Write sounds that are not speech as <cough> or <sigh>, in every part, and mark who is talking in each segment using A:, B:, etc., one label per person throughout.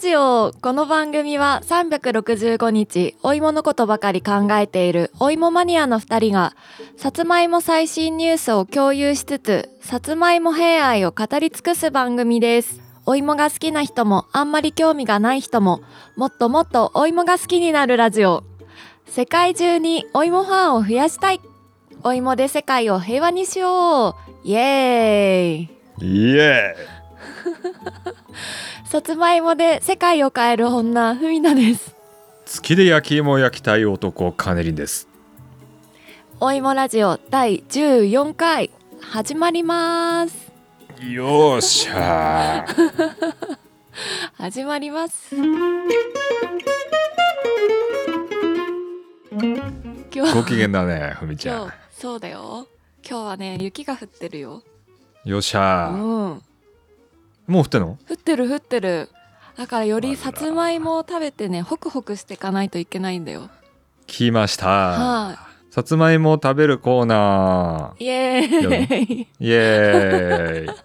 A: ジオこの番組は365日お芋のことばかり考えているお芋マニアの2人がさつまいも最新ニュースを共有しつつさつまいも平愛を語り尽くす番組ですお芋が好きな人もあんまり興味がない人ももっともっとお芋が好きになるラジオ世界中にお芋ファンを増やしたいお芋で世界を平和にしようイエーイ
B: イエーイ
A: さつまいもで世界を変える女ふみなです
B: 月で焼き芋を焼きたい男カネリンです
A: おいもラジオ第14回始まります
B: よっしゃー
A: 始まります今日
B: ご機嫌だねふみちゃ
A: 今
B: ん
A: 日そうだよ今日はね雪が降ってるよ
B: よっし
A: う
B: ゃー
A: ん降
B: もう降ってんの
A: ってる降ってるだからよ
B: あ
A: り
B: ら
A: さつまいもを食べてねホクホクしていかないといけないんだよ
B: 来ました、
A: は
B: さつまいもを食べるコーナ
A: いイエーイ
B: ーイエ
A: <laughs>
B: ーイ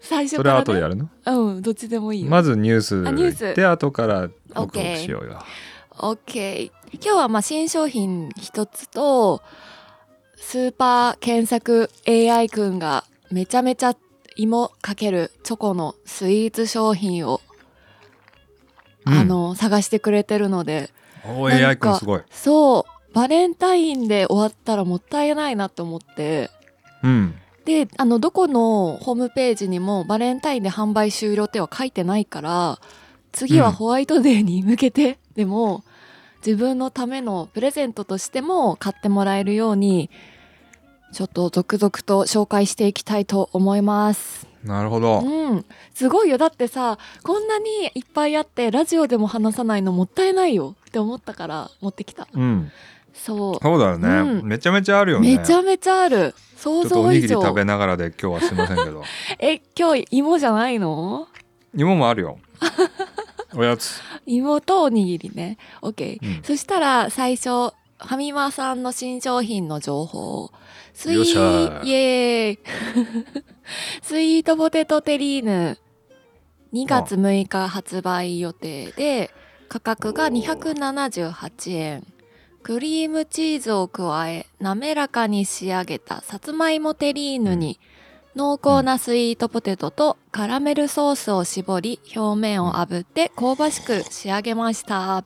A: 最初
B: そ
A: か
B: れは
A: ら、
B: 後で
A: ね、
B: やるの
A: うんどっちでもいいよ
B: まずニュース
A: あニュース
B: で後から報告しようよ
A: OK 今日はまあ新商品一つとスーパー検索 AI くんがめちゃめちゃ芋かけるチョコのスイーツ商品を、
B: うん
A: あの探してくれてるので
B: お
A: なん
B: ー
A: か
B: AI くんすごい
A: そうバレンタインで終わったらもったいないなと思って
B: うん
A: であのどこのホームページにもバレンタインで販売終了っては書いてないから次
B: う
A: は
B: ん
A: ホワイトデーに向けて、でも自分のためのプレゼントとしても買ってもらえるようにちょっと続々と紹介していきたいと思います。
B: なるほど
A: うん、すごいよだってさこんなにいっぱいあってラジオでも話さないのもったいないよって思ったから持ってきた
B: うん
A: そ
B: そうだよね、
A: うん
B: めちゃめちゃあ
A: う、
B: るよね
A: めちゃめちゃある想
B: ちょっとお
A: 像
B: に
A: 以
B: ぎり
A: 上
B: 食べながらで今日はすいませんけど
A: え今日芋じゃないの
B: 芋も
A: <laughs>
B: あるよおやつ、
A: 芋とおにぎりね。OK。
B: うん
A: そしたら最初、ファミマさんの新商品の情報。スイ
B: よっしゃ
A: ー、イエーイ <laughs> スイートポテトテリーヌ。2月6日発売予定で、価格が
B: おー
A: 278円。クリームチーズを加え、滑らかに仕上げたさつまいもテリーヌに、濃厚なスイートポテトとカラメルソースを絞り、表面を炙って香ばしく仕上げました。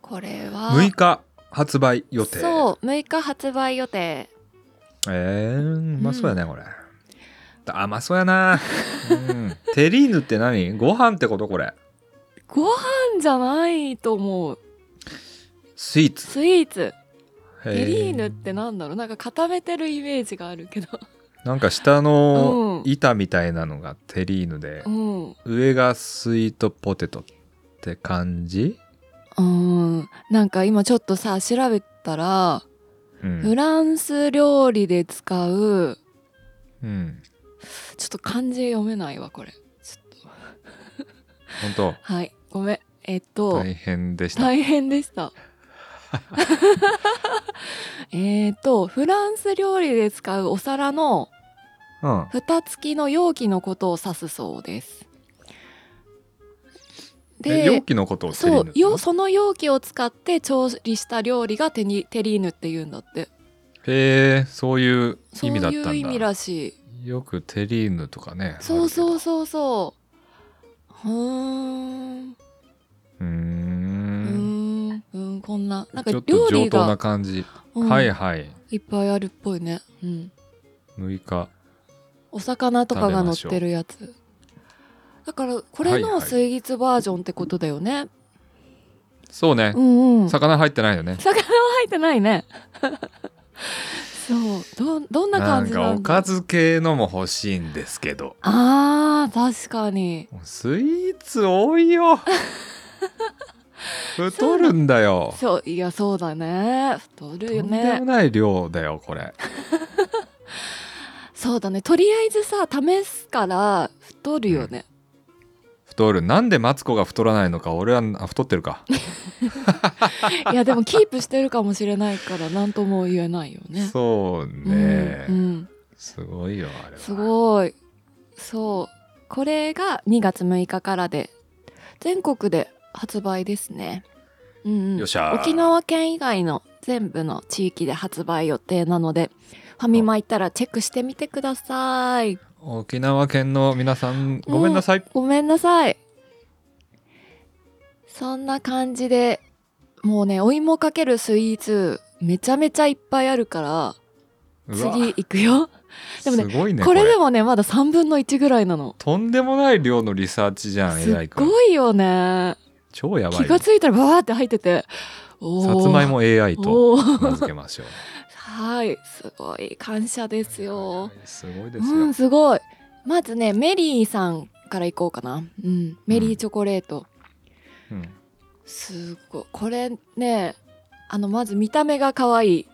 A: これは、
B: 6日発売予定
A: そう、6日発売予定。
B: えー、うまそうやね、これあうまそうやな、うん、 <laughs> テリーヌって何ご飯ってことこれ
A: ご飯じゃないと思う。
B: スイーツ
A: スイーツ。
B: へ
A: テリーヌってなんだろうなんか固めてるイメージがあるけど。
B: なんか下
A: う
B: の
A: ん
B: 板みたいなのがテリーヌで
A: う、ん。
B: 上がスイートポテトって感じ、
A: うーんなんか今ちょっとさ調べたら、
B: うん
A: フランス料理で使う
B: うん、
A: ちょっと漢字読めないわこれちょっと
B: 本当
A: はいごめんえっと、
B: 大変でした。
A: 大変でした <laughs> えっとフランス料理で使うお皿の
B: うん、
A: 蓋付きの容器のことを指すそうです
B: え容器のことをテリ
A: そ
B: ー
A: う
B: ヌって言
A: よ
B: うの
A: その容器を使って調理した料理がテニテリーヌって言うんだって
B: へえそういう
A: そ
B: 意
A: う
B: 味だったんだ
A: いう意味らしい
B: よくテリーヌとかね
A: そうそううそうそううーん
B: うー
A: うー
B: ん
A: んうんこんななんか
B: ちょっ
A: 料
B: と
A: 理
B: 上等な
A: が、
B: 感じ、
A: うん
B: はいはい
A: いっぱいあるっぽいね、うん、
B: 6日
A: お魚とかが乗ってるやつだからこれ
B: はいは
A: の
B: い
A: スイーツバージョンってことだよね、
B: そうね
A: う、んうん魚
B: 魚入ってないよね
A: は入ってないね <laughs> そうどどんな
B: な
A: 感
B: ん
A: じ
B: か
A: なん
B: おかず系のも欲しいんですけど
A: あー確かに
B: スイーツ多い
A: <laughs>
B: よ太るんだよ
A: そういやそうだね太
B: と
A: るよ
B: んで
A: ね
B: もない量だよこれ
A: そうだねとりあえずさ試すから太るよね、
B: 太るなんでマツコが太らないのか俺はあ太ってるか
A: いやでもキープしてるかもしれないから何とも言えないよね
B: <laughs> そうね、
A: うんうん、
B: すごいよあれは
A: すごいそうこれが2月6日からで全国で発売ですね、うんうん、
B: よっしゃー
A: 沖縄県以外の全部の地域で発売予定なのでファミマ行ったらチェックしてみてください
B: 沖縄県の皆さんごめんなさい、
A: ごめんなさいそんな感じでもうねお芋かけるスイーツめちゃめちゃいっぱいあるから
B: うわ
A: 次行くよでもね
B: すごいね
A: こ
B: これ
A: れでもねまだ3分の1ぐらいなの
B: とんでもない量のリサーチじゃん
A: す
B: えら
A: っ
B: いから
A: ごいよね
B: 超やば
A: 気
B: いよ
A: が
B: さ
A: ついたらバーって入ってておー
B: つまいも AI と
A: おー
B: 名付けましょう
A: はいすごい感謝ですよ
B: すごいです
A: う
B: よ、
A: んすごいまずねメリーさんから行こうかなうんメリーチョコレート、
B: うん
A: すごいこれねあのまず見た目が可愛い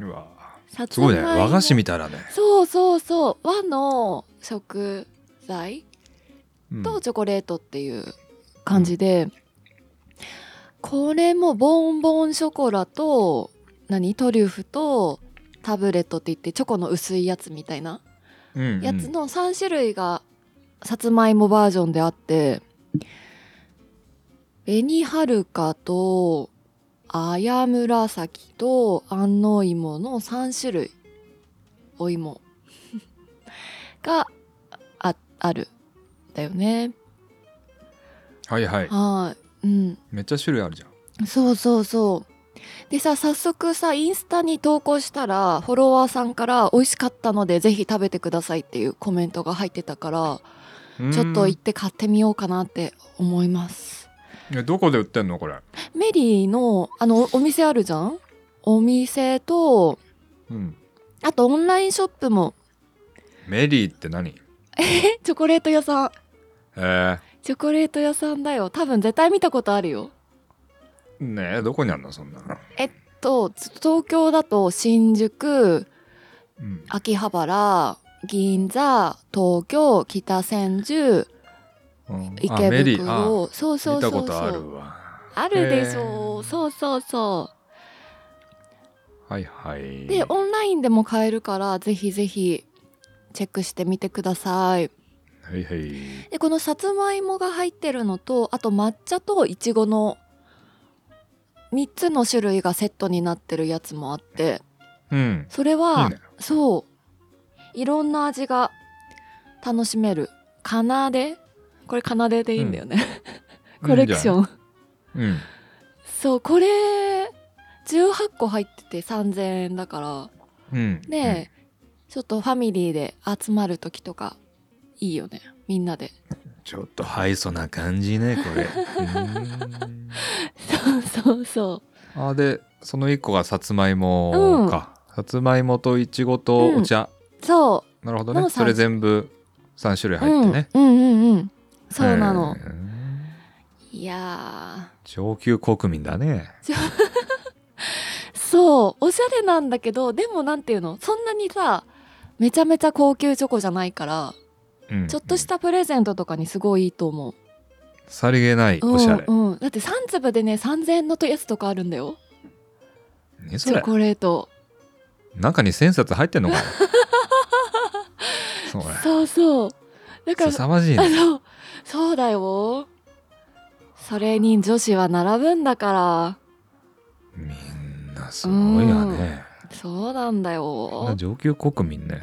A: う
B: わ
A: さ
B: すごいね
A: まも
B: 和菓子みたいだね、
A: そうそうそう和の食材
B: うん
A: とチョコレートっていう感じで、これもボンボンショコラと何トリュフとタブレットって言ってチョコの薄いやつみたいな
B: うんうん
A: やつの3種類がさつまいもバージョンであって紅はるかとあやむらさきと安納芋の3種類お芋がああるんだよね。
B: はいはい
A: はい、うん、
B: めっちゃ種類あるじゃん
A: そうそうそう。でさ早速さインスタに投稿したらフォロワーさんから「美味しかったのでぜひ食べてください」っていうコメントが入ってたから
B: うん
A: ちょっと行って買ってみようかなって思います。
B: えどこで売ってんのこれ、
A: メリーのあのおお店あるじゃんお店と
B: うん、
A: あとオンラインショップも
B: メリーって何
A: えチョコレート屋さん
B: えー、
A: チョコレート屋さんだよ多分絶対見たことあるよ。
B: ねえどこにあんのそんなの、
A: とつ東京だと新宿
B: うん、
A: 秋葉原銀座東京北千住
B: うん
A: 池
B: あメリーあ
A: 袋そうそうそうそう
B: 見たことあるわ
A: あるでしょ
B: へー
A: うそうそうそ
B: はいはいう
A: でオンラインでも買えるからぜひぜひチェックしてみてください
B: はいはい
A: でこのさつまいもが入ってるのとあと抹茶といちごの3つの種類がセットになってるやつもあって
B: うん
A: それはい
B: いね
A: そういろんな味が楽しめる奏でこれ奏ででいいんだよね、 <laughs> コレクシ
B: ン
A: ョン
B: うん
A: そうこれ18個入ってて3000円だから
B: うん
A: ねえ、ちょっとファミリーで集まる時とかいいよねみんなで <laughs>
B: うんちょっとハイソな感じねこれうーん
A: そうそうそ
B: あでその一個がさつまいもか、さつまいもといちごとお茶、
A: うそ
B: なるほど
A: も
B: ね
A: う三
B: それ全部三種類
A: う、
B: 入ってね、
A: うん、うんうんうんそうなの
B: へー
A: いや
B: 上級国民だね
A: ーそうおしゃれなんだけどでもなんていうのそんなにさめちゃめちゃ高級チョコじゃないからちょっとしたたプレゼントとかにすごいいいと思う
B: さりげないおしゃれ、
A: うんうん、だって3粒でね3000円のやつとかあるんだよ
B: 何そ
A: チョ
B: れ
A: コレート
B: 中に千冊入ってん
A: <laughs>
B: のかなそうね
A: そうそうだから
B: 凄まじい
A: あ
B: ね
A: そうそうだよそれに女子は並ぶんだか
B: みんなすごいわね
A: らそうなんだ
B: みんな
A: よ
B: 上級国民ね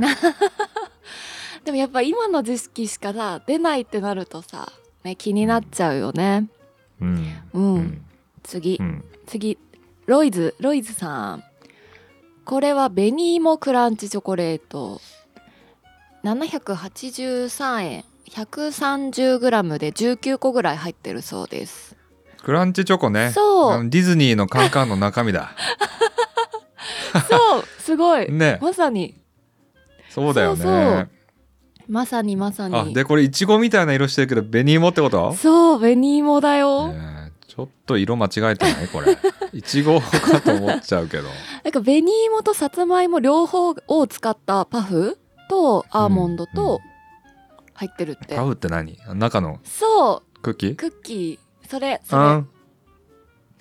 A: でもやっぱ今の時期しかさ出ないってなるとさ、ね、気になっちゃうよね
B: うん
A: うん、
B: うん
A: 次
B: うん
A: 次ロイズロイズさんこれは紅芋クランチチョコレート783円 130g で19個ぐらい入ってるそうです
B: クランチチョコね
A: そう
B: あのディズニーのカンカンの中身
A: <laughs>
B: だ
A: そうすごい
B: ね
A: まさに
B: そうだよ
A: そうそう
B: ね
A: まさにまさ
B: あ
A: に
B: でこれイチゴみたいな色してるけど紅芋ってこと
A: そう紅芋だよ、
B: ねえちょっと色間違えてない
A: <laughs>
B: これイチゴかと思っちゃうけど
A: なんか紅芋とさつまいも両方を使ったパフとアーモンドと入ってるって、
B: パフって何中の
A: そ
B: クッキ
A: う
B: ー
A: クッキーそれそれ
B: あん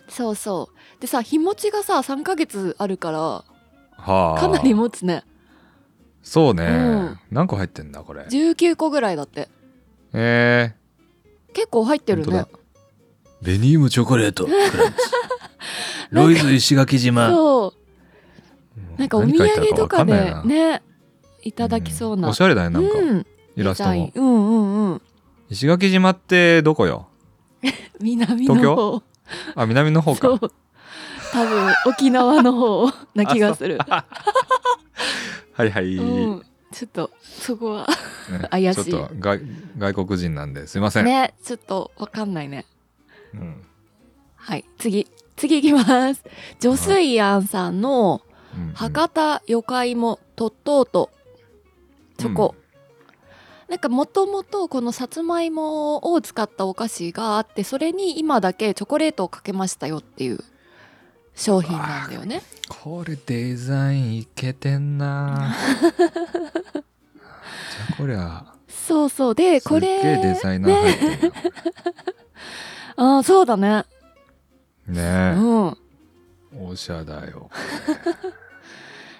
A: そうそうでさ日持ちがさ3ヶ月あるから
B: はあ
A: かなり持つね
B: そうね、
A: うん
B: 何個入ってんだこれ
A: 19個ぐらいだって
B: え
A: 結構入ってる
B: 本
A: ね
C: ベニウムチョコレートク
B: <laughs>
C: ランチロイズ石垣島
A: そう
B: ー、
A: なんかお土
B: 何書い
A: 産
B: て
A: と
B: あるわ
A: か
B: んない
A: で
B: な
A: ねいただきそうな、
B: んおしゃれだねなんか、
A: うん
B: イラスト
A: み
B: も
A: たいうんうんうん
B: 石垣島ってどこよ
A: 南の方
B: あ南の方
A: そ
B: か
A: う多分沖縄の
B: <laughs>
A: 方な気がする
B: はいはい、
A: うん、ちょっとそこは
B: ね
A: 怪しい
B: ちょっと外外国人なんですいません、
A: ねちょっとわかんないね
B: うん
A: はい次次いきますジ水イアンさんの
B: うんうん
A: 博多よかいもとっとうとチョコ、なんかもともとこのさつまいもを使ったお菓子があってそれに今だけチョコレートをかけましたよっていう商品なんだよね
B: これデザインいけて
A: <laughs>
B: んなじゃあこりゃ
A: そうそうですこ
B: っげ
A: れ
B: えデザイナー入ってる
A: あーそうだねう
B: なね
A: ん
B: えおしゃだよ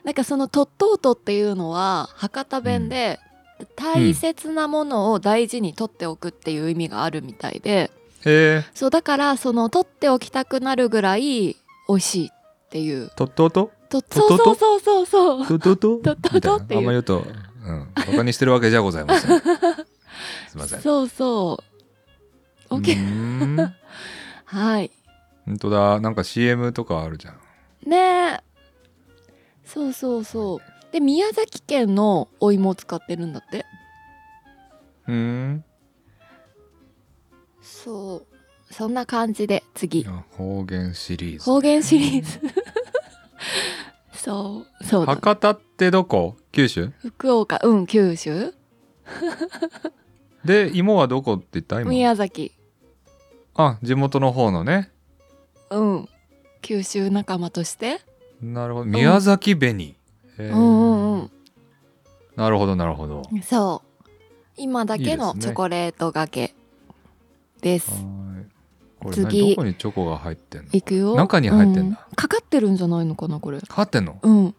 A: なんかその「とっとうと」っていうのは博多弁で、大切なものを大事に取っておくっていう意味があるみたいで、
B: へえ
A: そうだからその取っておきたくなるぐらい美味しいっていう
B: とっとと
A: と
B: とっ
A: そ
B: と
A: う
B: と
A: そうそうそうそう
B: とっとと
A: とっととっていう
B: みたなあんま言うと、うん、バカにしてるわけじゃござい
A: <laughs>
B: ませんすいません
A: そうそう
B: う
A: OK
B: ーん
A: はい
B: 本当だなんか CM とかあるじゃん
A: ねえそうそうそうで宮崎県のお芋を使ってるんだって
B: うーん
A: そうそんな感じで次
B: あ方言シリーズ
A: 方言シリーズ <laughs> そうそうだ
B: 博多ってどこ九州
A: 福岡うん九州
B: で芋はどこって言った今
A: 宮崎
B: あ地元の方のね
A: うん九州仲間として
B: なるほど宮崎紅、へえ
A: うんうんうん
B: なるほどなるほど
A: そう今だけ
B: いい
A: の
B: です
A: チ
B: ね
A: ョコレートがけです
B: はーいこれ
A: 次
B: 何どこにチョコが入ってんの
A: いくよ
B: 中に入ってんだ
A: うかかってるんじゃないのかなこれ
B: かかってんの
A: うん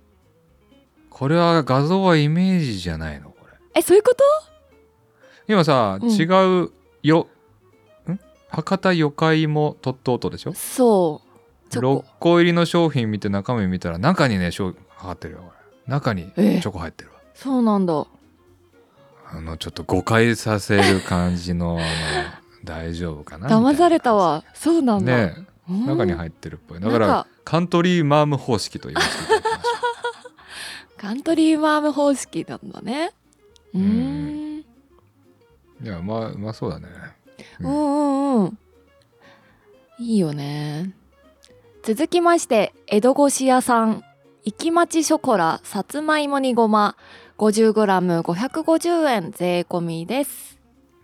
B: これは画像はイメージじゃないのこれ
A: えそういうこと
B: 今さ、
A: うん
B: 違うよん博多よかいもとっとうとでしょ
A: そうチョ
B: 6
A: コ
B: 個入りの商品見て中身見たら中にね商品かかってるよこれ中にチ
A: ええ
B: ョコ入ってるわ、
A: そうなんだ
B: あのちょっと誤解させる感じのあの大丈夫かな
A: 騙されたわそうな
B: み
A: ん
B: たい
A: だ
B: な感じね
A: う
B: え
A: ん
B: 中に入ってるっぽいだか
A: なん
B: らカントリーマーム方式と言いましたきましょ
A: カントリーマーム方式なんだねうーん
B: ういやまあまあそうだね
A: う
B: うん
A: んうんうんいいよね続きまして江戸越屋さん「いきまちショコラさつまいもにごま」50g550 円税込みです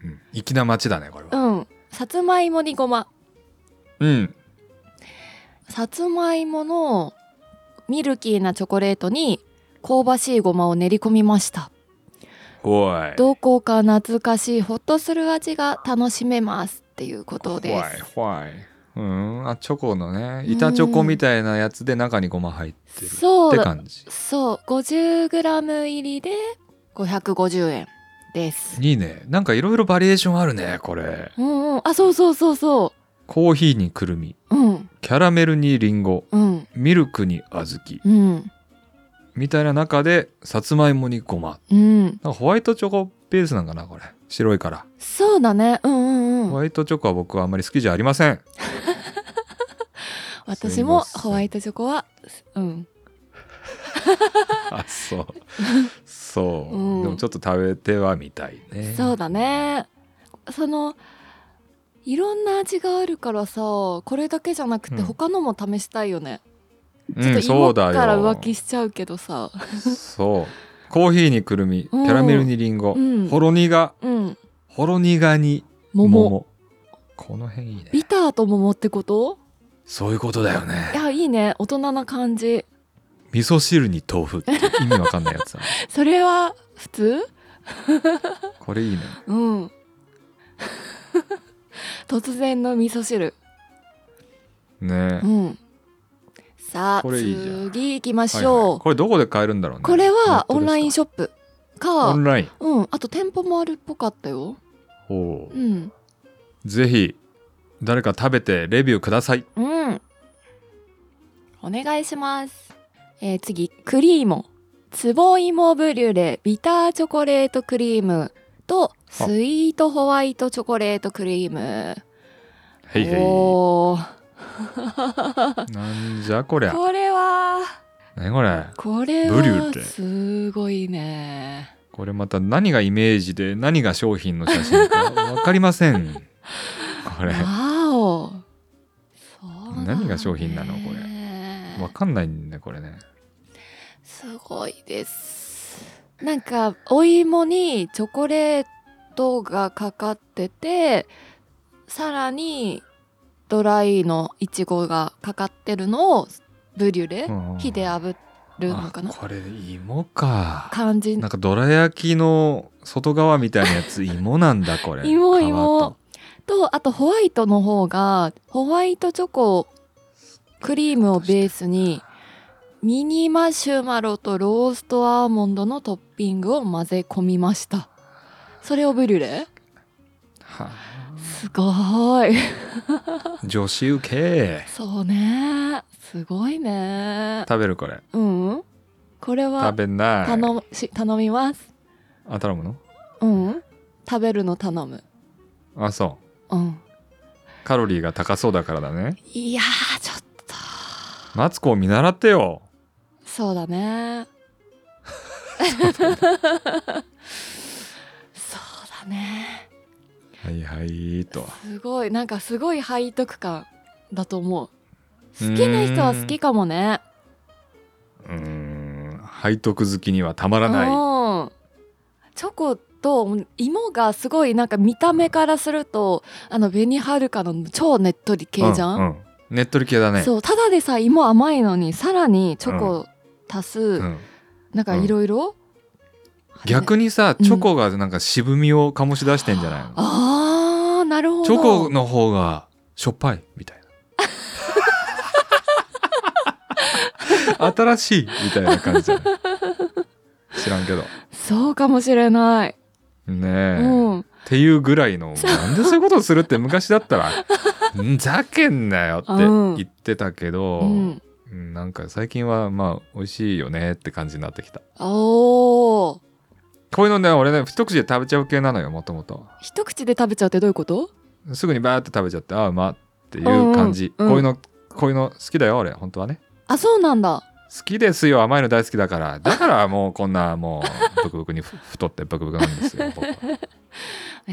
B: うん粋な街だねこれ
A: う
B: は
A: んさつまいもにごま
B: うん
A: さつまいものミルキーなチョコレートに香ばしいごまを練り込みました
B: おい
A: どこか懐かしいほっとする味が楽しめますっていうことで
B: 怖い怖いうんあチョコのね板チョコみたいなやつで中にごま入ってる
A: すそ
B: って
A: う
B: 感じ
A: そう 50g 入りで550円です
B: いいねなんかいろいろバリエーションあるねこれ
A: うんうんあそうそうそうそ
B: コーヒーにくるみ
A: ううん
B: キャラメルにリンゴ
A: うん
B: ミルクに小豆
A: うん
B: みたいな中でさつまいもにごま
A: うん
B: なんかホワイトチョコベースなんかなこれ白いから
A: そうだねうんうん
B: ホ
A: うん
B: ワイトチョコは僕はあんまり好きじゃありません
A: 私も
B: すいません
A: ホワイトチョコはうん
B: <laughs> あそうそ
A: <laughs>
B: う、
A: うん
B: でもちょっと食べてはみたいね
A: そうだねそのいろんな味があるからさこれだけじゃなくて
B: うん
A: 他のも試したいよね、
B: うん
A: ちょっと
B: そ
A: 芋
B: う
A: か
B: だよ
A: ら浮気しちゃうけどさ
B: そう。コーヒーにくるみ、キ
A: うん
B: ャラメルにリンゴ、
A: うん
B: ほろ苦、
A: うん
B: ほろ苦に
A: 桃
B: 桃。この辺いいね。
A: ビターと桃ってこと
B: そういうことだよ
A: い
B: ね。
A: やいいね大人な感じ
B: 味噌汁に豆腐って意味わかんないやつだね。
A: それは普通
B: これいいね。
A: うん <laughs> 突然の味噌汁
B: ね
A: う。んさあ
B: これいいじゃん
A: 次行きまし
B: はい
A: ょ
B: は
A: う、
B: いこれどこで買えるんだろうね。
A: これはオンラインシ
B: ョッ
A: ョップ
B: プオ
A: か
B: ンライン。
A: うんあと店舗もあるっぽかったよ
B: おおお
A: うん
B: ぜひ誰か食べてレビューください
A: うんお願いします、えー次クリームつぼいもブリュレビターチョコレートクリームとスイートホワイトチョコレートクリーム
B: はいは
A: おー
B: いなんじゃこりゃ
A: これは
B: 何これ
A: これ
B: ブリュ
A: は
B: レ
A: すごいね
B: これまた何がイメージで何が商品の写真か分かりませんこれ
A: わおそうなんだね
B: 何が商品なのこれ分かんないんだよこれね
A: すごいですなんかお芋にチョコレートがかかっててさらにドライのいちごがかかってるのをブリュレ
B: うん
A: 火で炙るのかな
B: あこれ芋か
A: 感じ
B: なんかどら焼きの外側みたいなや
A: <laughs>
B: つ芋なんだこれ
A: 芋
B: 皮と
A: 芋とあとホワイトの方がホワイトチョコクリームをベースにミニマシュマロとローストアーモンドのトッピングを混ぜ込みましたそれをブリュレ
B: はあ
A: すごい
B: 女子受け
A: そうねすごいね
B: 食べるこれ
A: うんこれは
B: 食べない
A: 頼し頼みます
B: あ頼むの
A: うん食べるの頼む
B: あそ
A: うん
B: うカロリーが高そうだからだね
A: いやーちょっと
B: マツコを見習ってよ
A: そうだね。そうだね。
B: はいはいと
A: すごい、なんかすごい背徳感だと思う。好きな人は好きかもね。
B: うーん背徳好きにはたま
A: う
B: ら
A: ん
B: ない。
A: チョコと芋がすごいなんか見た目からするとあの紅はるかの超ねっとり系じゃん、
B: ううねっとり系だね
A: そうただでさえ芋甘いのにさらにチョコ足す、
B: うん
A: なんかいろいろ
B: 逆
A: に
B: にさ
A: うん
B: チョコがなんか渋みを醸し出してんじゃないの、
A: あーなるほど
B: チョコの方がしょっぱいみたいな新しいみたいな感じじゃない知らんけど
A: そうかもしれない。う
B: ねえ、っ
A: ん。
B: ていうぐらいのなんでそういうことをするって昔だったら「んざけんなよ」って
A: うん
B: 言ってたけど、
A: うん。
B: うんなんか最近はまあ美味しいよねって感じになってきた
A: おー
B: こういうのね俺ね一口で食べちゃう系なのよもともと
A: 一口で食べちゃうってどういうこと？
B: すぐにバーって食べちゃってあうまっていう感じ、
A: うんうん
B: こういうのこういうの好きだよ俺本当はね
A: あ、そうなんだ。
B: 好きですよ甘いの大好きだからだ
A: <laughs>
B: からもうこんなもうブクブクにふ太ってブクブクなんですよ僕は
A: え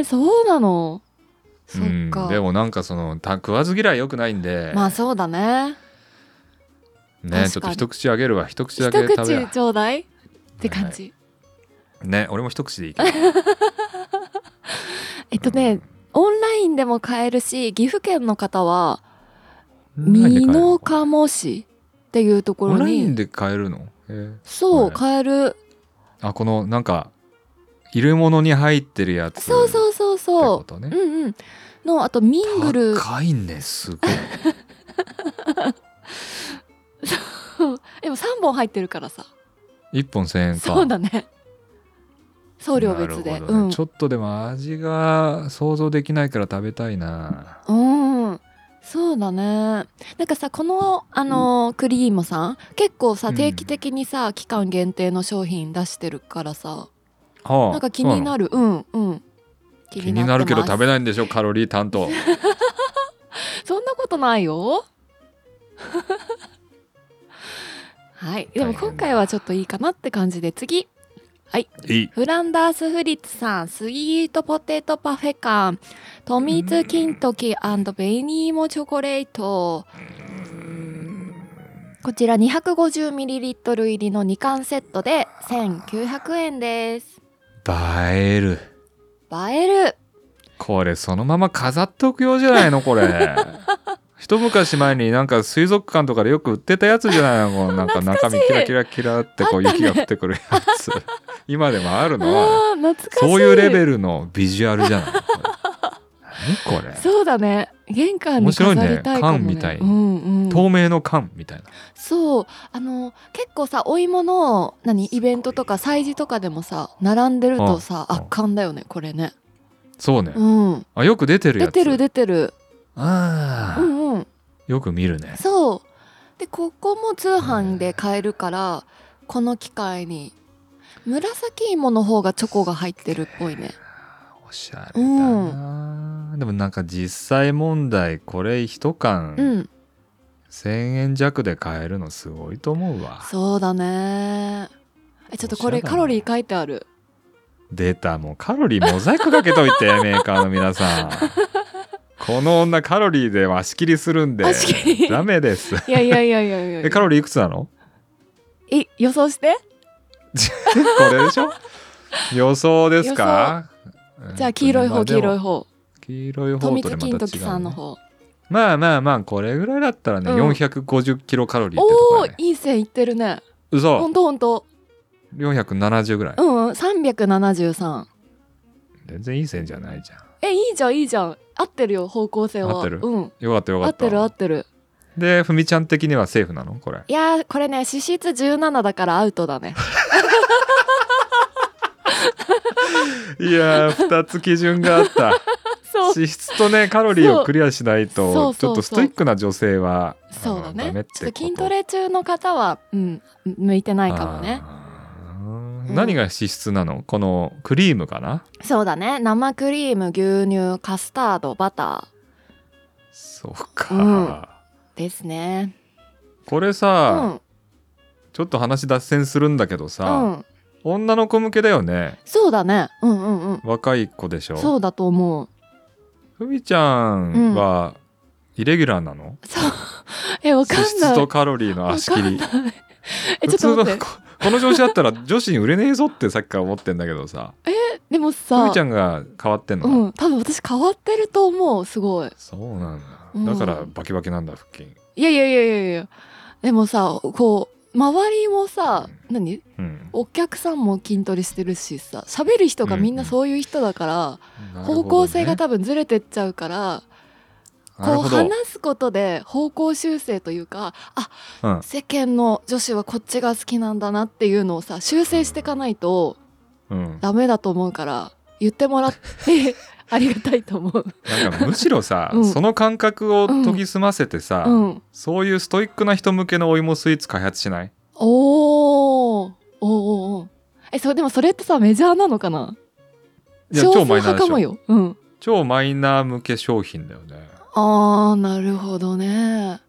A: ー、そうなの。 <laughs> そっ
B: うん
A: か。
B: でもなんかそのた食わず嫌い良くないんで、
A: まあそうだね。確か
B: ね
A: に
B: ちょっと一口あげるわ一口
A: 一
B: だけ食べ
A: 口
B: や
A: ちょうだいって感じ。
B: ね俺も一口でいいけど
A: えっとね、オンラインでも買えるし、岐阜県の方は
B: うん
A: 美濃加茂市っていうとこ
B: オン
A: ろ
B: ライン
A: に、
B: で買えるのへえ
A: そう
B: はい
A: 買える。
B: あこのなんか入れ物に入ってるやつ
A: そうそうそう
B: ってこ
A: そ
B: と
A: う。
B: ね
A: うんうん。のあとミングル。
B: 高いねすごい
A: <laughs> でも三本入ってるからさ。
B: 一本1000円か
A: そうだね送料別で、
B: なるほ
A: う
B: どね
A: ん
B: ちょっとでも味が想像できないから食べたいな
A: うんそうだねなんかさこのあのークリームさん結構さ
B: うん
A: 定期的にさ、期間限定の商品出してるからさ
B: はあ
A: なんか気にな
B: る
A: るうんうん気
B: 気になるけど食べ
A: ない
B: ないんでしょカロリー
A: <laughs>
B: 担当
A: そんなことない
B: <laughs>
A: よはいでも今回はちょっといいかなって感じで次
B: いい
A: フランダース・フリッツさん、スイートポテトパフェ缶、トミーズ・キントキベニーモチョコレート。こちら 250ml 入りの2缶セットで1900円です。
B: 映える
A: 映える
B: これそのまま飾っとくようじゃないのこれ
A: <laughs>
B: 一昔前になんか水族館とかでよく売ってたやつじゃないのこ
A: <laughs>
B: うなんか中身キラキラキラってこう雪が降ってくるやつ今でもあるの
A: ああ、懐かしい。
B: そういうレベ
A: ル。
B: ルのビジュアルじゃないこれ何これ
A: そうだね。玄関に
B: 面白
A: 飾
B: いね
A: りたいかも、ね。
B: 缶みたい
A: うんうん。
B: 透明の缶みたいな
A: そうあの結構さお芋の何イベントとか催事とかでもさ並んでるとさ
B: うん
A: 圧巻だよねこれね
B: そうね
A: うん
B: あよく出てるや
A: 出
B: つ
A: てる出てる
B: あ
A: う
B: あ
A: んうん
B: よく見るね
A: そうでここも通販で買えるからこの機会に紫芋の方がチョコが入ってるっぽいね
B: おしゃれだな、でもなんか実際問題これ一缶、
A: うん
B: 1,000円弱で買えるのすごいと思うわ
A: そうだねえちょっとこれ
B: おしゃれだね
A: カロリー書いてある
B: 出たもうカロリーモザイクかけといてメーカーの皆さんこの女カロリーでは足切りするんで
A: あしきり
B: ダメです
A: いやいやいやいやいやい
B: えカロリーいくつなの
A: やい予想して
B: これでしょ予想ですか
A: じゃあ黄色い方黄色い
B: 方
A: 方
B: 黄色い方
A: 富
B: と
A: 津
B: ね
A: 金
B: また違
A: 時さ
B: うん
A: の
B: ね
A: 方
B: まあまあまあこれぐらいだったらね、
A: うん
B: 450キロカロリーってとこ
A: おおー
B: だね
A: いい線いってるねほ
B: 嘘
A: んとほんと
B: 470ぐらい
A: うんうん373
B: 全然いい線じゃないじゃん
A: えいいじゃんいいじゃん合ってるよ方向性は
B: 合ってる
A: うん
B: よかったよ
A: 合
B: かっ
A: ってる合
B: た
A: ってる
B: でふみちゃん的にはセーフなのこれ
A: いやーこれね脂質17だからアウトだね
B: いやー2つ基準があった
A: <laughs> そう
B: <laughs> 脂質とねカロリーをクリアしない
A: そう
B: とち
A: そ
B: ょ
A: うそ
B: っ
A: う
B: とストイックな女性は
A: そうだ
B: あのダメっ
A: ね
B: て
A: ちょっ
B: こと
A: 筋トレ中の方はうん向いてないかもね
B: あー
A: うん
B: 何が脂質なのこのクリームかな
A: そうだね生クリーム牛乳カスタードバタ
B: そう
A: うん
B: か
A: ーですね
B: これ
A: う
B: さ
A: ん
B: ちょっと話脱線するんだけど
A: う
B: さ
A: ん
B: 女の子向けだよね
A: そうだねうんうんうん
B: 若い子でしょ
A: そうだと思う
B: ふみちゃんはイレギュラーなの
A: そう <laughs> えわか
B: 脂
A: んな
B: 質
A: い
B: とカロリーの足切り
A: わかんないえち
B: 普
A: ょ
B: 通
A: っと
B: の
A: 待っ
B: こ
A: て
B: この調子だったら女子に売れねえぞってさっきから思ってんだけどさ
A: でも
B: ふ
A: さ
B: みちゃんが変わってんの
A: うん多分私変わってると思うすごい
B: そうなんだ、
A: うん
B: だからバキバキなんだ腹筋
A: いやいやいやいやいやでもさこう周りもさ何
B: うん
A: お客さんも筋トレしてるしさ喋る人がみんなそういう人だから、方向性が多分ずれてっちゃうから、こう話すことで方向修正というかあ
B: うん
A: 世間の女子はこっちが好きなんだなっていうのをさ修正していかないと
B: うん、
A: ダメだと思うから言ってもらって <laughs> ありがたいと思う。
B: なんかむしろさ、
A: <laughs> うん
B: その感覚を研ぎ澄ませてさ、
A: うん、
B: そういうストイックな人向けのお芋スイーツ開発しない
A: おーおーおーおーえそうでもそれってさメジャーなのかない
B: や
A: 少数
B: 超マイナ
A: 派
B: ーで
A: か
B: し
A: も
B: ょ
A: よ。うん、
B: 超マイナー向け商品だよね、
A: あーなるほどね。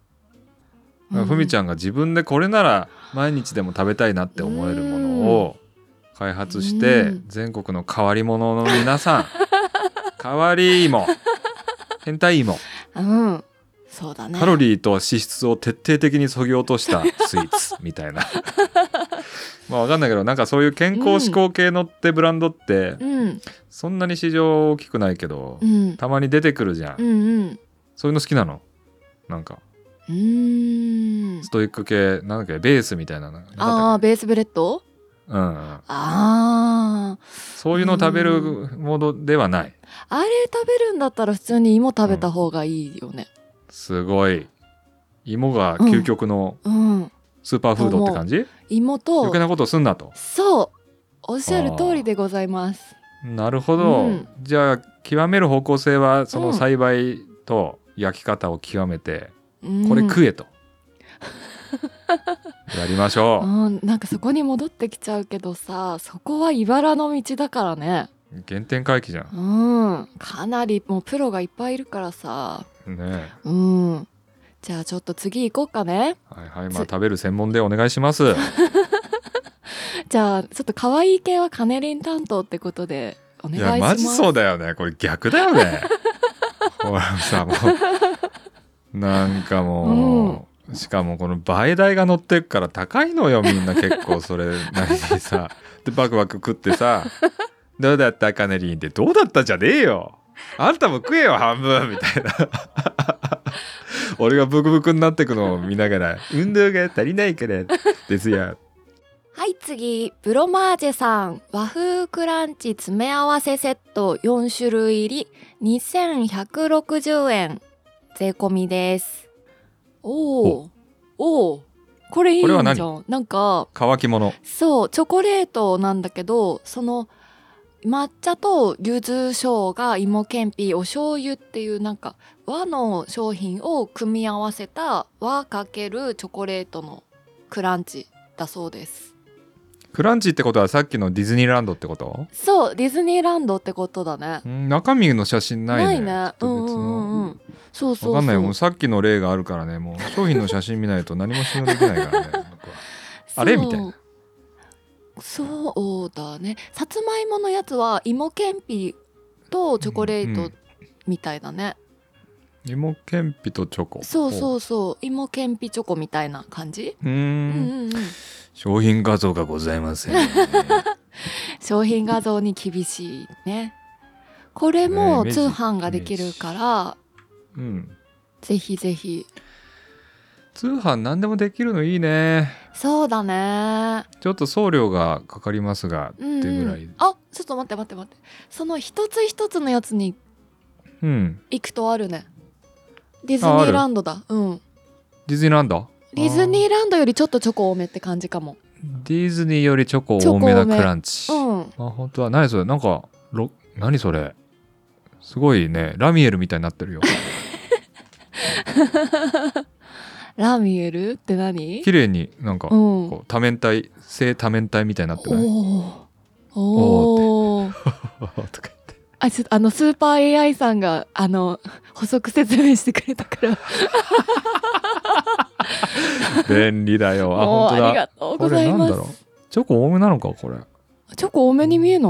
A: う
B: ふみ
A: ゃん
B: ちゃんが自分でこれなら毎日でも食べたいなって思えるものを開発して、
A: うん
B: 全国の変わり者の皆
A: <laughs>
B: さん変わり芋変態芋
A: うん。そうだね。
B: カロリーと脂質を徹底的にそぎ落
A: <laughs>
B: としたスイーツみたいな <laughs> まあわかんないけどなんかそういう健康志向系のってブランドって
A: うん。
B: そんなに市場大きくないけど、
A: うん。
B: たまに出てくるじゃん、
A: うんうん。
B: そういうの好きなのなんか
A: うーん
B: ス。トイック系なんだっけベースみたいなのなかったっけ
A: ああ、ベースブレッド
B: うんうん、
A: ああ。
B: そういうの食べるものではない
A: あれ食べるんだったら普通に芋食べた方がいいよね。
B: すごい芋が究極の
A: うん。
B: スーパーフードって感じ、
A: 芋
B: 余計
A: と、
B: なことすんなと
A: そう。おっしゃる通りでございます。
B: なるほど、
A: うん
B: じゃあ極める方向性はそうの
A: ん
B: 栽培と焼き方を極めて、
A: うん
B: これ食
A: <laughs>
B: えと、やりましょ
A: うん、なんかそこに戻ってきちゃうけどさそこは茨の道だからね
B: う、原点回帰じゃん
A: うんかなりもうプロがいっぱいいるからさ
B: ねえ
A: うんじゃあちょっと次行こうかね
B: はいはいまあ食べる専門でお願いします
A: じゃあちょっと可愛い系はカネリン担当ってことでお願
B: い
A: いしま
B: や
A: す。
B: マジそうだよねこれ逆だよ
A: <laughs>
B: ねほらさもうなんかもう、しかもこの倍代が乗ってくから高いのよみんな結構それなりに
A: <laughs>
B: さでバクバク食ってさ「どうだったカネリン」って「どうだった」じゃねえよあんたも食えよ半分みたいな
A: <laughs>
B: 俺がブクブクになってくのを見ながら「運動が足りないからですよ
A: <laughs> はい次ブロマージェさん和風クランチ詰め合わせセット4種類入り2160円税込みです。おーおおこれいいんじ
B: これ
A: ゃ
B: は
A: ん
B: 何
A: なんか
B: 乾き物
A: そうチョコレートなんだけどその抹茶と柚子醤が芋けんぴお醤油っていうなんか和の商品を組み合わせた和×チョコレートのクランチだそうです
B: クランチってことはさっきのディズニーランドってこと
A: そうディズニーランドってことだね
B: うん中身の写真ないねち
A: う
B: ょ
A: んう
B: っと別の
A: んうんうんそうそうそう
B: わかんないもうさっきの例があるからねもう商品の写真見ないと何も信用できない
A: <laughs>
B: からね僕はあれ
A: そう
B: みたいな
A: そうだねさつまいものやつは芋けんぴとチョコレー
B: うんう
A: ト
B: ん
A: みたいだね、
B: 芋けんぴとチョコ
A: そうそううそう芋けんぴチョコみたいな感じ、
B: うー
A: うんんうんうん、
C: 商品画像がございません。
A: <laughs> 商品画像に厳しいねこれも
B: ねイメージ
A: 通販ができるから、
B: うん
A: ぜひぜひ
B: 通販何でもできるのいいね
A: そうだね
B: ちょっと送料がかかりますがって
A: うん、
B: いうぐ
A: う
B: らい
A: ん、あちょっと待って待って待ってその一つ一つのやつに
B: うん、
A: 行くとあるねディズニーランドだうん
B: ディズニーランド
A: ディズニ
B: あ
A: ーランドよりちょっとチョコ多めって感じかも
B: ーディズニーよりチョコ多めなクランチ、
A: うん
B: あ本当は何それなんかろ何それすごいねラミエルみたいになってるよ
A: ラミエルって何
B: 綺麗になんか
A: うん
B: こう多面体正多面体みたいになってない
A: おおおお
B: <laughs> とか言って
A: あちょっとあのスーパー AI さんがあの補足説明してくれた
B: <laughs>
A: から
B: 便利だよ。あ、
A: お
B: 本
A: ー
B: 当だ。
A: ありがとう
B: こ
A: ご
B: れ
A: ざい
B: なん
A: ま
B: だ
A: す
B: ろう。チョコ多めなのか、これ。
A: チョコ多めに見えな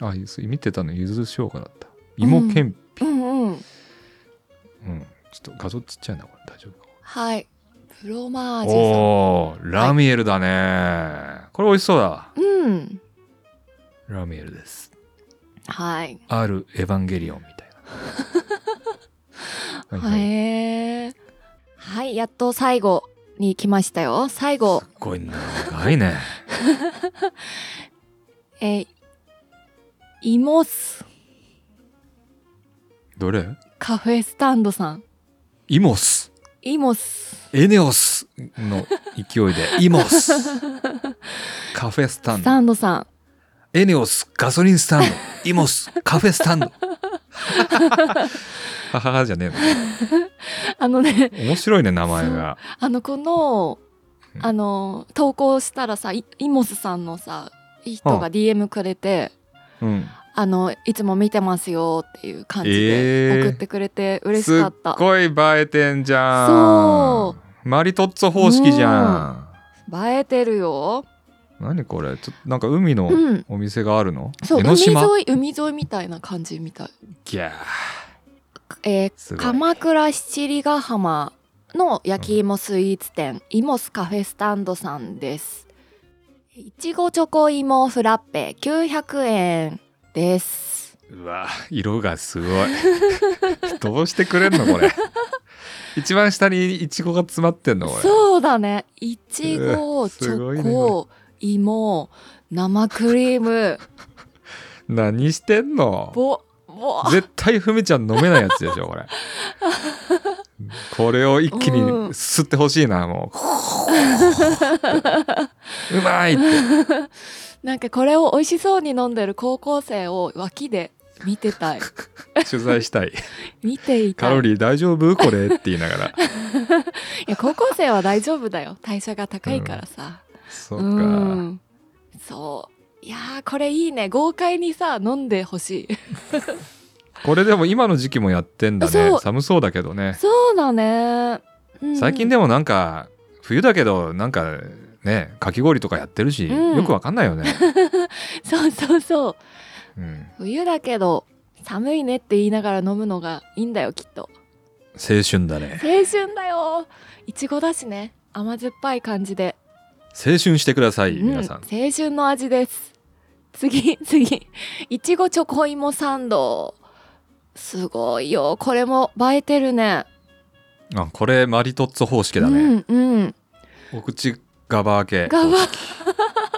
B: あ、ゆず見てたの、ゆずしょうがだった。芋けんぴ。
A: いうんうん
B: うん。ちょっと画像ちっちゃいな、これ大丈夫か。
A: はいフロマージュさん
B: おー、ラミエルだね、これ美味しそうだ。
A: うん
B: ラミエルです。
A: はい、
B: あるエヴァンゲリオンみたい
A: <laughs>
B: な。
A: はい、へーはいやっと最後に来ましたよ最後
B: すっごい長いね。
A: えー、イモス
B: どれ
A: カフェスタンドさん
B: イモス。
A: イモス
B: エネオスの勢いで、イモス。カフェスタン
A: ス
B: ド。
A: タンドさん
B: エネオスガソリンスタンドイモスカフェスタンドはははじゃね
A: あのね
B: えの面白いね名前が
A: あのこの
B: うん
A: あの投稿したらさイイモスさんのさ人
B: は
A: が
B: あ
A: DM くれて、
B: うん
A: あのいつも見てますよっていう感じで
B: えー
A: 送ってくれて嬉しかった、
B: すっごい映えてんじゃん
A: そ
B: マリトッツォ方式じゃ
A: 映えてるよ
B: ん何これちょっとなんか海の
A: うん
B: お店があるの、
A: そう
B: 江
A: 海
B: ノ島
A: 沿い海沿いみたいな感じみたい、
B: ギャー
A: えー
B: すごい
A: 鎌倉七里ヶ浜の焼き芋スイーツ店、イモスカフェスタンドさんですいちごチョコ芋フラッペ900円です
B: うわ色がすごい <laughs> どうしてくれんのこれ一番下にイチゴが詰まってんのこれ
A: そうだねいちご
B: う
A: チ
B: すごい
A: ョ
B: ね
A: コ、芋生クリーム
B: 何してんの
A: ぼぼ
B: 絶対ふみちゃん飲めないやつでしょこれこれを一気に
A: うん
B: 吸ってほしいなもううまいって
A: なんかこれを美味しそうに飲んでる高校生を脇で見て
B: <laughs>
A: たい
B: 取材したい
A: 見ていたい
B: カロリー大丈夫これって言いながら
A: いや高校生は大丈夫だよ代謝が高いからさ、
B: そう
A: う
B: か、
A: んそういやーこれいいね豪快にさ飲んでほし
B: <laughs>
A: い
B: これでも今の時期もやってんだ
A: そ
B: ね
A: う
B: 寒そうだけどね
A: そうだね、うん
B: 最近でもなんか冬だけどなんかねかき氷とかやってるし、
A: うん
B: よくわかんないよ
A: <laughs>
B: ね、
A: そうそうそう
B: うん、
A: 冬だけど寒いねって言いながら飲むのがいいんだよきっと
C: 青春だね。
A: 青春だよいちごだしね甘酸っぱい感じで、
C: 青春してください、
A: うん、
C: 皆さ
A: 青
C: ん。
A: 春の味です次 <laughs> 次いちごチョコ芋サンドすごいよこれも映えてるね
B: あこれマリトッツォ方式だね、
A: うんうん
B: お口ガバ開け
A: ガバ <laughs>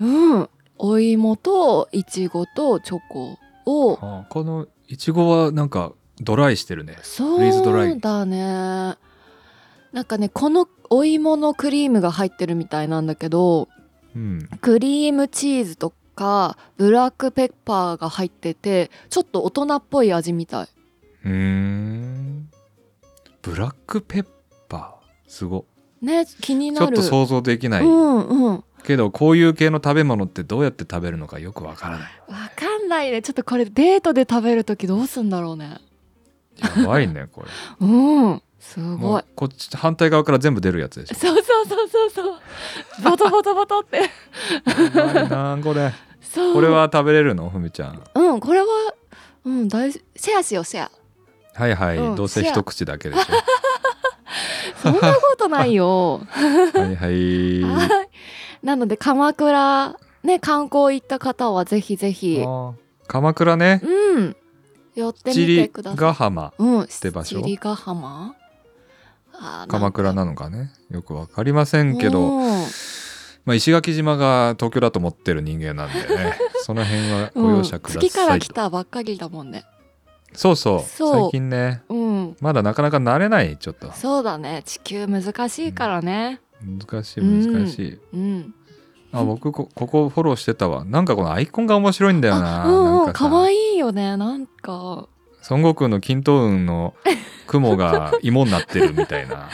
A: うん。お芋といちごとチョコを、
B: あこのいちごはなんかドライしてるねリーズド
A: そ
B: ラ
A: う
B: イ
A: だね。なんかね、このお芋のクリームが入ってるみたいなんだけど、
B: うん
A: クリームチーズとかブラックペッパーが入っててちょっと大人っぽい味みたいう
B: ーんブラックペッパーすご
A: ね気に
B: ちょ
A: な
B: っ
A: る
B: と想像できない、
A: うんうんわ
B: けどこういう系の食べ物ってどうやって食べるのかよくわからない
A: かんないねちょっとこれデートで食べる時どうすんだろうね
B: やばいね
A: <laughs>
B: これ
A: うんす
B: も
A: ごいう
B: こっち反対側から全部出るやつでし
A: そうそうそうそうそうボトボトボトって
B: ょやばいなこれ
A: そう
B: <laughs> これは食べれるのふみちゃん
A: うんこれはうん大事シェアしようシェア
B: はいはい、
A: うん
B: どうせ
A: シェア
B: 一口だけでし
A: そんなことないよ
B: ょはい <laughs> はい
A: はいなので鎌倉ね観光行った方はぜひぜひ
B: あー鎌倉ね
A: うん寄ってみ
B: 七
A: て
B: 里
A: ください
B: ヶ浜
A: うん、
B: て場所
A: 七里ヶ浜あー
B: 鎌倉なのかねよくわかりませんけど、
A: うん
B: まあ、石垣島が東京だと思ってる人間なんで
A: <laughs>
B: ねその辺はご容赦くださいと、
A: 月から来たばっかりだもんね
B: そうそう
A: そう
B: 最近ね
A: うん
B: まだなかなか慣れないちょっと
A: そうだね地球難しいからね
B: 難しい
A: うん
B: 難しい、
A: うん、
B: あ僕こここフォローしてたわなんかこのアイコンが面白いんだよな
A: あうんうん
B: なんかさ
A: 可愛いよねなんか
B: 孫悟空の均等雲の雲が芋になってるみた
A: <laughs>
B: いな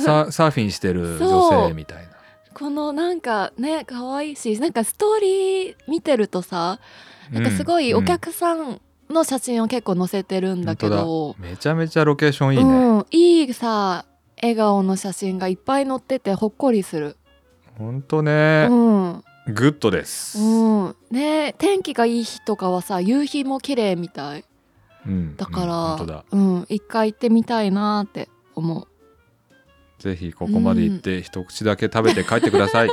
B: ササーフィンしてる女性みたいな
A: このなんかね可愛いしなんかストーリー見てるとさなんかすごいお客さんの写真を結構載せてるんだけど、
B: うんめちゃめちゃロケーションいいね、
A: うん、いいさ笑顔の写真がいっぱい載っててほっこりする
B: ほんと
A: う
B: ね、
A: ん
B: グッドです、
A: うんね天気がいい日とかはさ夕日も綺麗みたい
B: うん
A: だか
B: うんほ
A: ら
B: んとだ
A: うん一回行ってみたいなって思う
B: ぜひここまで行って一口だけ食べて帰ってく
A: <laughs>
B: ださい、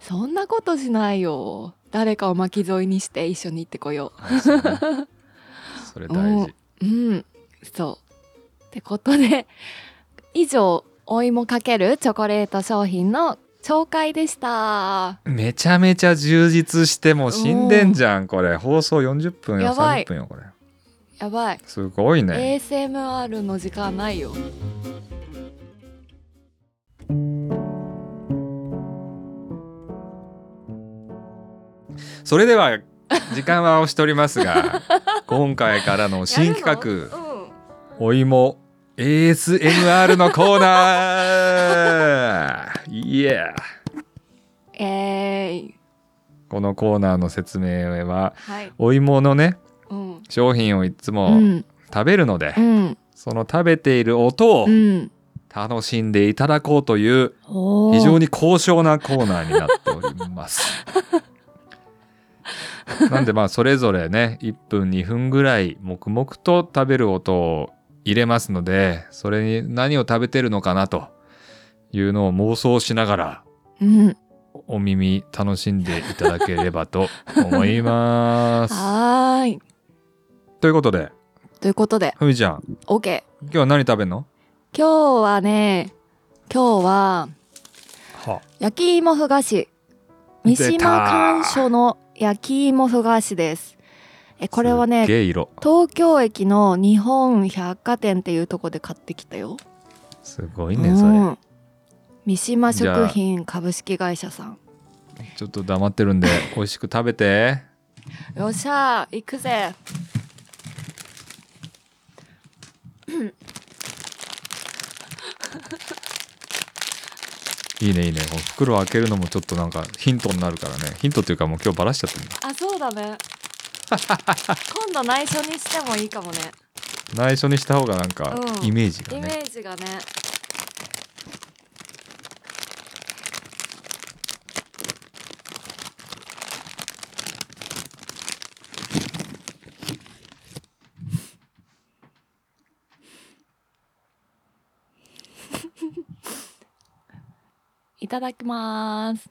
A: そんなことしないよ誰かを巻き添えにして一緒に行ってこよ
B: そうねそれ大事
A: ううんそうってことで以上お芋かけるチョコレート商品の紹介でした
B: めちゃめちゃ充実してもう死んでんじゃんこれ放送40分よ
A: やばい
B: 30分よこれ
A: やばい、
B: すごいね、
A: ASMR の時間ないよ
B: それでは時間は押しております
A: <laughs>
B: が今回からの新企画
A: 画
B: お芋 ASMR のコーナーイエー
A: えーい、
B: このコーナーの説明は
A: はい、
B: お芋のね
A: うん、
B: 商品をいつ
A: う
B: も
A: ん、
B: 食べるので、
A: うん、
B: その食べている音を
A: うん、
B: 楽しんでいただこうという
A: おー
B: 非常に高尚なコーナーになっており
A: <laughs>
B: ます。なんでまあそれぞれね1分2分ぐらい黙々と食べる音を入れますのでそれに何を食べてるのかなというのを妄想しながら
A: うん、
B: お耳楽しんでいただければと思
A: <laughs>
B: います。
A: はーい。
B: ということで
A: ということで、
B: ふみちゃん
A: OK。
B: 今日は何食べんの
A: 今日はね、今日は
B: は
A: 焼き芋ふ菓子。三
B: 出
A: 島
B: た
A: 甘所の焼き芋ふ菓子です。え、これは
B: すっ
A: ね、
B: げえ色
A: 東京駅の日本百貨店っていうとこで買ってきたよ。
B: すごいねそれ、
A: うん三島食品株式会社さん。
B: ちょっと黙ってるんで美味しく食べて
A: よっしゃー、行くぜ。
B: いいねいいねこの袋を開けるのもちょっとなんかヒントになるからねヒントっていうかもう今日バラしちゃってるんだ
A: あ、そうだ <laughs> ね。今度内緒にしてもいいかもね。
B: 内緒にした方がなんか
A: うん
B: イメージ
A: イ
B: が
A: メ
B: ね、
A: ージがね。いただきます。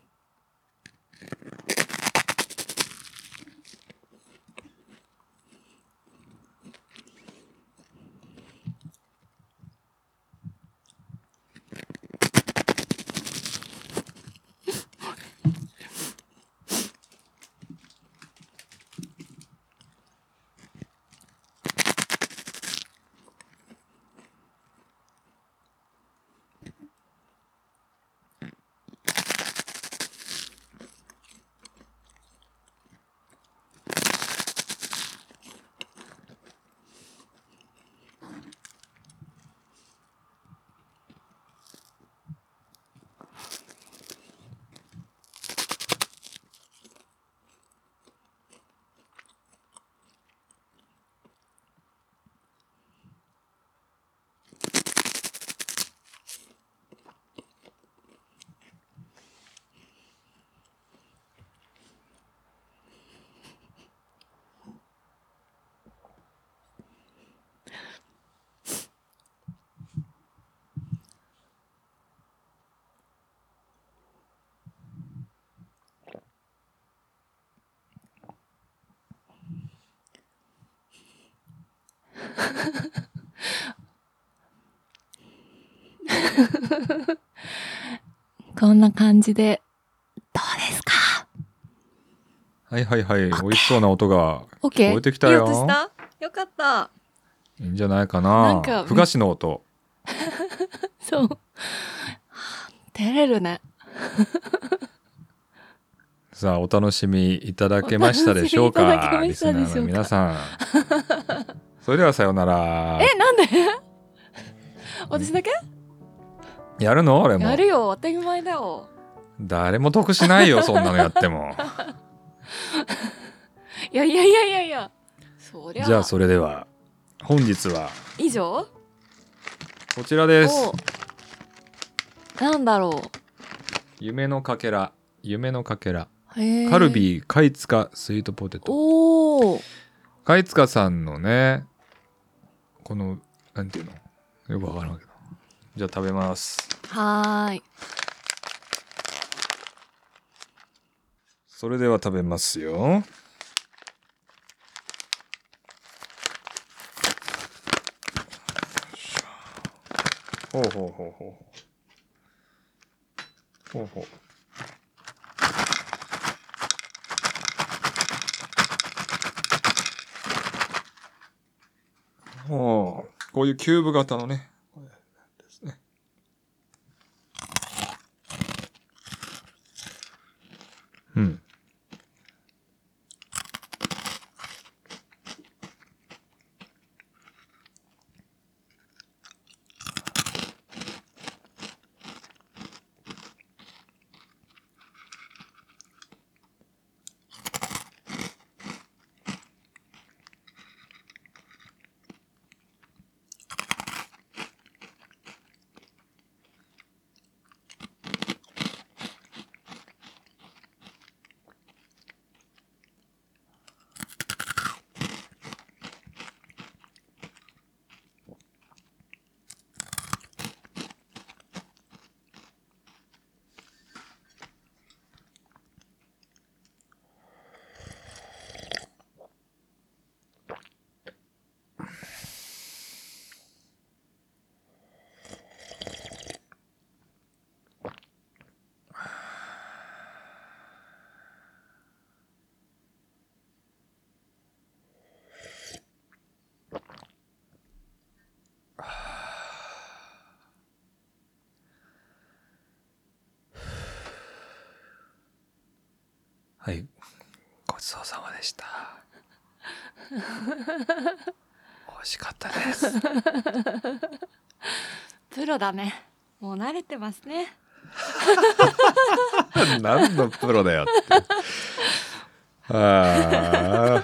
A: こんな感じで、どうですか
B: はいはいはい。美味しそうな音が
A: ?OK?
B: 聞こえてきたよ
A: いい音したよかった。
B: いいんじゃないか
A: なん
B: な
A: か。
B: ふ菓子の音。
A: そう。はあ照れるね。
B: さあ、お楽しみいただけましたでしょうか。
A: お楽しみいただけま
B: リ
A: し
B: ス
A: た
B: ナ
A: でしょうか
B: ーの皆さん。 <laughs> それではさようなら。
A: え、
B: <laughs>
A: なんで私だけ
B: やるの俺も
A: や。るよ。当たり前だよ。
B: 誰も得
A: <laughs>
B: しないよ、そんなのやっても。
A: いやいやいやいやいや。そりゃ、
B: じゃあ、それでは、本日は
A: 以上
B: こちらです
A: お。なんだろ
B: 夢のかけら。夢のかけら。
A: う。へー
B: カルビー、カイツカ、スイートポテト。
A: おお。
B: 貝塚さんのねこのなんていうのよくわからんけどじゃあ食べます
A: はーい。
B: それでは食べますよほうほうほうほうほうほうほうこういうキューブ型のねこれですねうんはいごちそうさまでした <laughs> 美味しかったです
A: プロだね。もう慣れてますね。
B: <laughs> 何のプロだよって。あー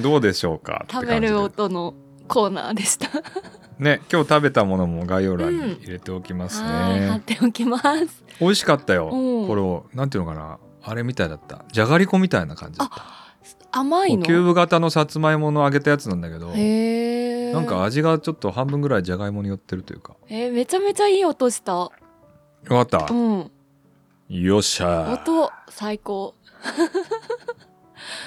B: どうでしょうかって感
A: 食
B: じで
A: べる音のコーナーでした。
B: ね今日食べたものも概要欄に入れておきます
A: はい、 <laughs> 貼っ
B: ね、
A: ておきます。
B: 美味しかったよ
A: うん
B: これをなんていうのかなあれみたいだったじゃがりこみたいな感じだった
A: 甘い
B: こうキュー
A: の。
B: ブ型のさつまいもの揚げたやつなんだけど
A: へえ。
B: なんか。味がちょっと半分ぐらいじゃがいもに寄ってるというか
A: えーめちゃめちゃいい音した。
B: よかった、
A: うん。
B: よっしゃー
A: 音最高。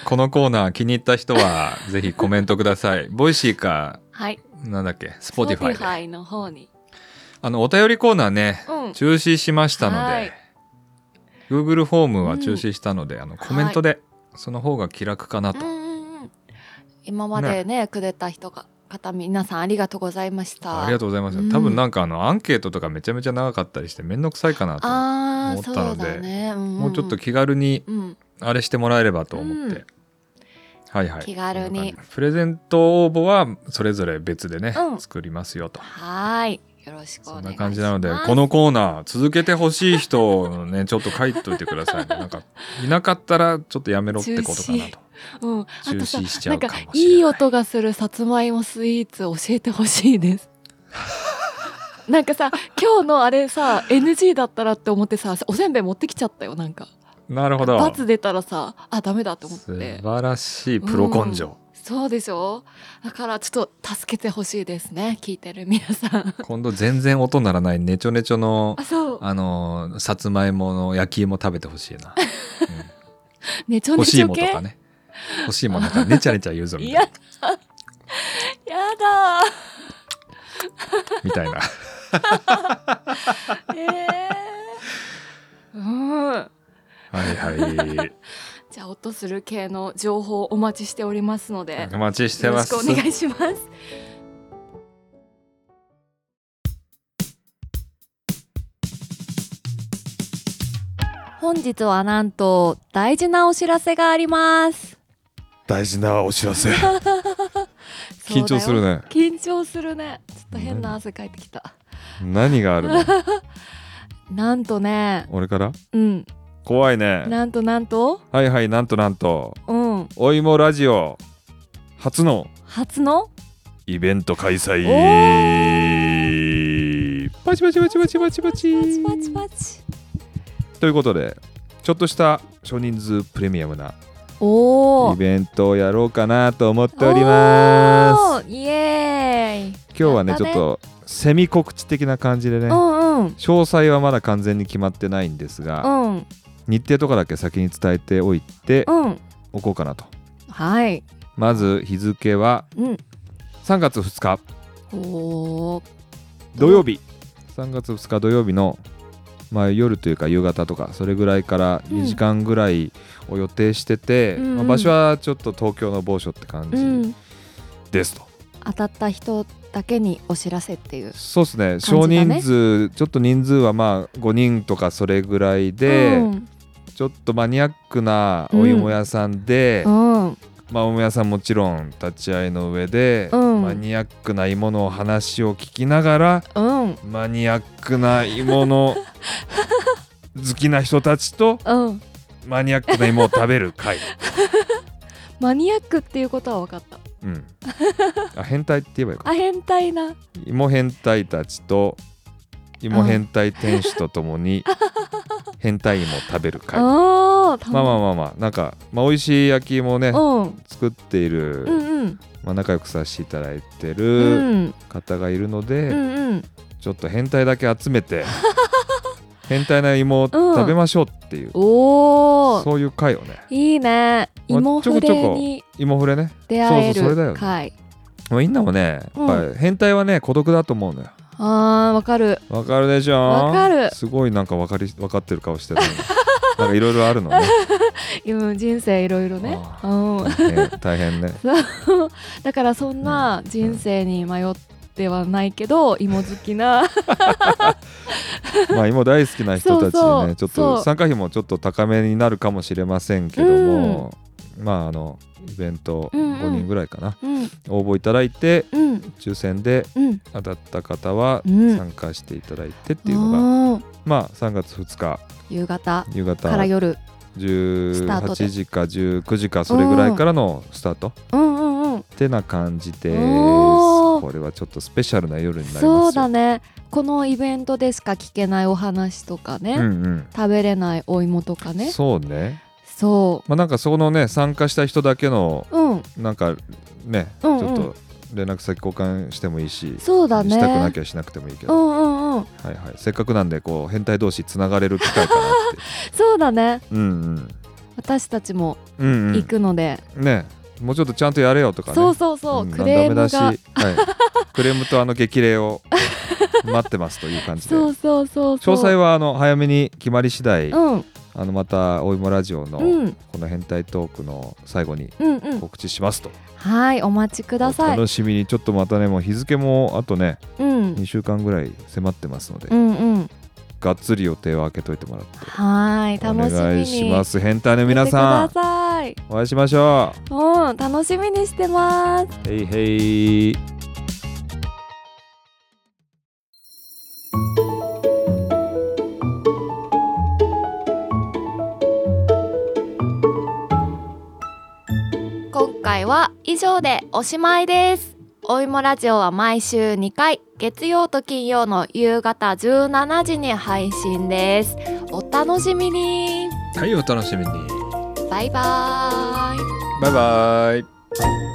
B: このコーナー気に入った
A: <laughs>
B: 人はぜひコメントくださいボイシーか
A: はい。
B: なんだっけスポティファイで
A: Spotify の方に。
B: あのお便りコーナーね
A: うん。
B: 中止しましたので、
A: はい
B: Google フォームは中止したので、あのコメントで、その方が気楽かな
A: う
B: と、
A: んうんうん。今までねくれた人が方皆さんありがとうございました。
B: ありがとうございます、
A: うん
B: 多分なんかあのアンケートとかめちゃめちゃ長かったりして面倒くさいかなと
A: あー
B: 思っ
A: そ
B: た
A: う
B: ので
A: だね。んんん
B: もうちょっと気軽に
A: うん。
B: あれしてもらえればと思って、
A: うん
B: はいはい
A: 気軽に
B: こんな感じプレゼント応募はそれぞれ別でね、
A: うん
B: 作りますよと
A: はーい。よろしくお
B: そ
A: 願いします。
B: んな感じなのでこのコーナー続けてほしい人をねちょっと書いといてください、ね、なんかいなかったらちょっとやめろってことかなと
A: うん、あ
B: 中
A: とさ
B: 止しちゃうかもしれない
A: んかいい音がするさつまいもスイーツ教えてほしいです。なんかさ今日のあれさ NG だったらって思ってさおせんべい持ってきちゃったよなんか
B: なるほど
A: 罰出たらさあダメだと思っ
B: 素
A: て
B: 晴らしいプロ根性、
A: そうでしょだからちょっと助けてほしいですね聞いてる皆さ
B: <laughs>
A: ん
B: 今度全然音鳴らないネチョネチョの
A: あそう
B: あのーさつまいもの焼き芋食べてほしいな、
A: ねち
B: う
A: ょ
B: ん、
A: ね
B: 欲し
A: ち
B: い
A: ょ
B: もと
A: 系
B: <laughs> かね欲しいもなんかネチャネチャ言うぞみ
A: い
B: たい
A: や
B: な
A: だ
D: みたいな
A: ええう
B: <laughs>
A: ん
D: はいはい
A: じゃあ音する系の情報お待ちしておりますので
D: お待ちして
A: よろ
D: ま
A: し
D: す
A: くお願いします本日はなんと大事なお知らせがあります
B: 大事なお知らせ。
D: 緊張する
A: ね
D: ね
A: 緊張するねちょっと変な汗かいてきた、
B: 何があるの？ <laughs>
A: なんとね
B: 俺から？
A: うん
B: 怖いね。
A: なんとなんと
B: はいはいなんとなんと
A: うん
B: お芋ラジオ初の
A: 初の
B: イベント開催
A: お。
B: パチパチパチパチパチパチ。
A: パチパチパチ
B: ということでちょっとした少人数プレミアムな
A: おお
B: イベントをやろうかなと思っております。
A: すイエーイ
B: 今日はね
A: やっ
B: ち
A: た
B: ょ
A: ね
B: っとセミ告知的な感じでね、
A: うんうん
B: 詳細はまだ完全に決まってないんですが、
A: うん
B: 日程とかだけ先に伝えておいて
A: うん
B: おこうかなと
A: はい
B: まず日付は
A: うん
B: 3月2日
A: おー
B: 土曜日3月2日土曜日の、まあ、夜というか夕方とかそれぐらいから
A: うん
B: 2時間ぐらいを予定してて、
A: うんうん
B: まあ場所はちょっと東京の某所って感
A: う
B: じ
A: ん
B: ですと、
A: 当たった人だけにお知らせっていう
B: そうですね
A: 感
B: 少
A: じだ
B: 人
A: ね
B: 数、ちょっと人数はまあ5人とかそれぐらい
A: う
B: で、
A: ん
B: ちょっとマニアックなお芋屋さんで、
A: うん
B: まあ、お芋屋さんもちろん立ち会いの上で、
A: うん
B: マニアックな芋の話を聞きながら
A: うん
B: マニアックな
A: <laughs>
B: 芋の好きな人たちと
A: うん
B: マニアックな芋を食べる会、
A: マニアックっていうことは分かった
B: うん、あ変態って言えばよかっ
A: あ変態な
B: た芋変態たちと芋変態店主とともに変態芋を食べる会まあ
A: あー
B: まあまあまあなんか、まあ、美味しい焼き芋をね
A: うん
B: 作っている、
A: うんうん
B: まあ、仲良くさせていただいて
A: う
B: る
A: ん
B: 方がいるので、
A: うんうん
B: ちょっと変態だけ集め
A: <laughs>
B: て変態な芋を食べましょうっていう、
A: おお
B: そういう会をね
A: いいね
B: まあ
A: 芋
B: ちょこちょ
A: 筆
B: こ
A: に
B: 芋触れね
A: 出会え
B: そうそうそれだよ
A: る
B: ね
A: 会
B: もうみんなもね
A: うん
B: やっぱ変態はね孤独だと思うのよ
A: あーわかる
B: わかるでしょ
A: わかる
B: すごいなんかわかり分かってる顔してる <laughs> なんかいろいろあるのね
A: うん人生いろいろね
B: あ
A: うん
B: 大変大変ね
A: そう <laughs> だからそんな人生に迷ってはないけど芋好きな
B: まあ芋大好きな人たち
A: そうそ
B: に
A: う
B: ねちょっ
A: そ
B: と
A: う
B: 参加費もちょっと高めになるかもしれませんけども、まああのイベント
A: うんうん
B: 5人ぐらいかな、
A: うん
B: 応募いただいて
A: うん
B: 抽選で
A: うん
B: 当たった方は
A: うん
B: 参加していただいてっていうのが、
A: おー
B: まあ3月2日
A: 夕方
B: 夕方
A: から夜スタートで
B: 18時か19時かそれぐらいからのスタートっ
A: うんうんうん
B: てな感じです
A: おー
B: これはちょっとスペシャルな夜になり
A: そ
B: ま
A: う
B: すよ
A: だねこのイベントでしか聞けないお話とかね、
B: うん
A: 食べれないお芋とか
B: うん
A: ね
B: そうね
A: そ
B: まあなんかそのね参加した人だけの
A: ううん
B: なんかねち
A: うんうん
B: ょっと連絡先交換してもいいし
A: そうだね
B: したくなきゃしなくてもいいけ
A: う
B: ど、
A: んうんうん
B: はいはい、せっかくなんでこう変態同士つながれる機会かな
A: <laughs>
B: って
A: そうだね
B: うんうん
A: 私たちも
B: うんうん
A: 行くので、
B: ねもうちょっとちゃんとやれよとかね
A: そうそうそう、
B: ん
A: クレームが
B: ダメ出し、はい、クレームとあの激励を待ってますという感じで
A: そ
B: 詳
A: うそうそうそう
B: 細はあの早めに決まり次第、
A: うん
B: あのまたおいもラジオの
A: うん
B: この変態トークの最後に
A: うんうん
B: 告知しますと、
A: はいお待ちくだ
B: お
A: さい
B: 楽しみにちょっとまたねもう日付もあとね
A: うん
B: 2週間ぐらい迫ってますので、
A: うんうん
B: がっつり予定を空けといてもらって
A: はい
B: お
A: 楽しみに
B: 願いします変態の皆
A: 見
B: さ
A: てください
B: んお会いしましょ
A: うん楽しみにしてます
B: うヘイヘイ
A: 今回は以上でおしまいですおいもラジオは毎週2回月曜と金曜の夕方17時に配信ですお楽しみに
D: はいお楽しみに
A: バイバーイ
D: バイバイ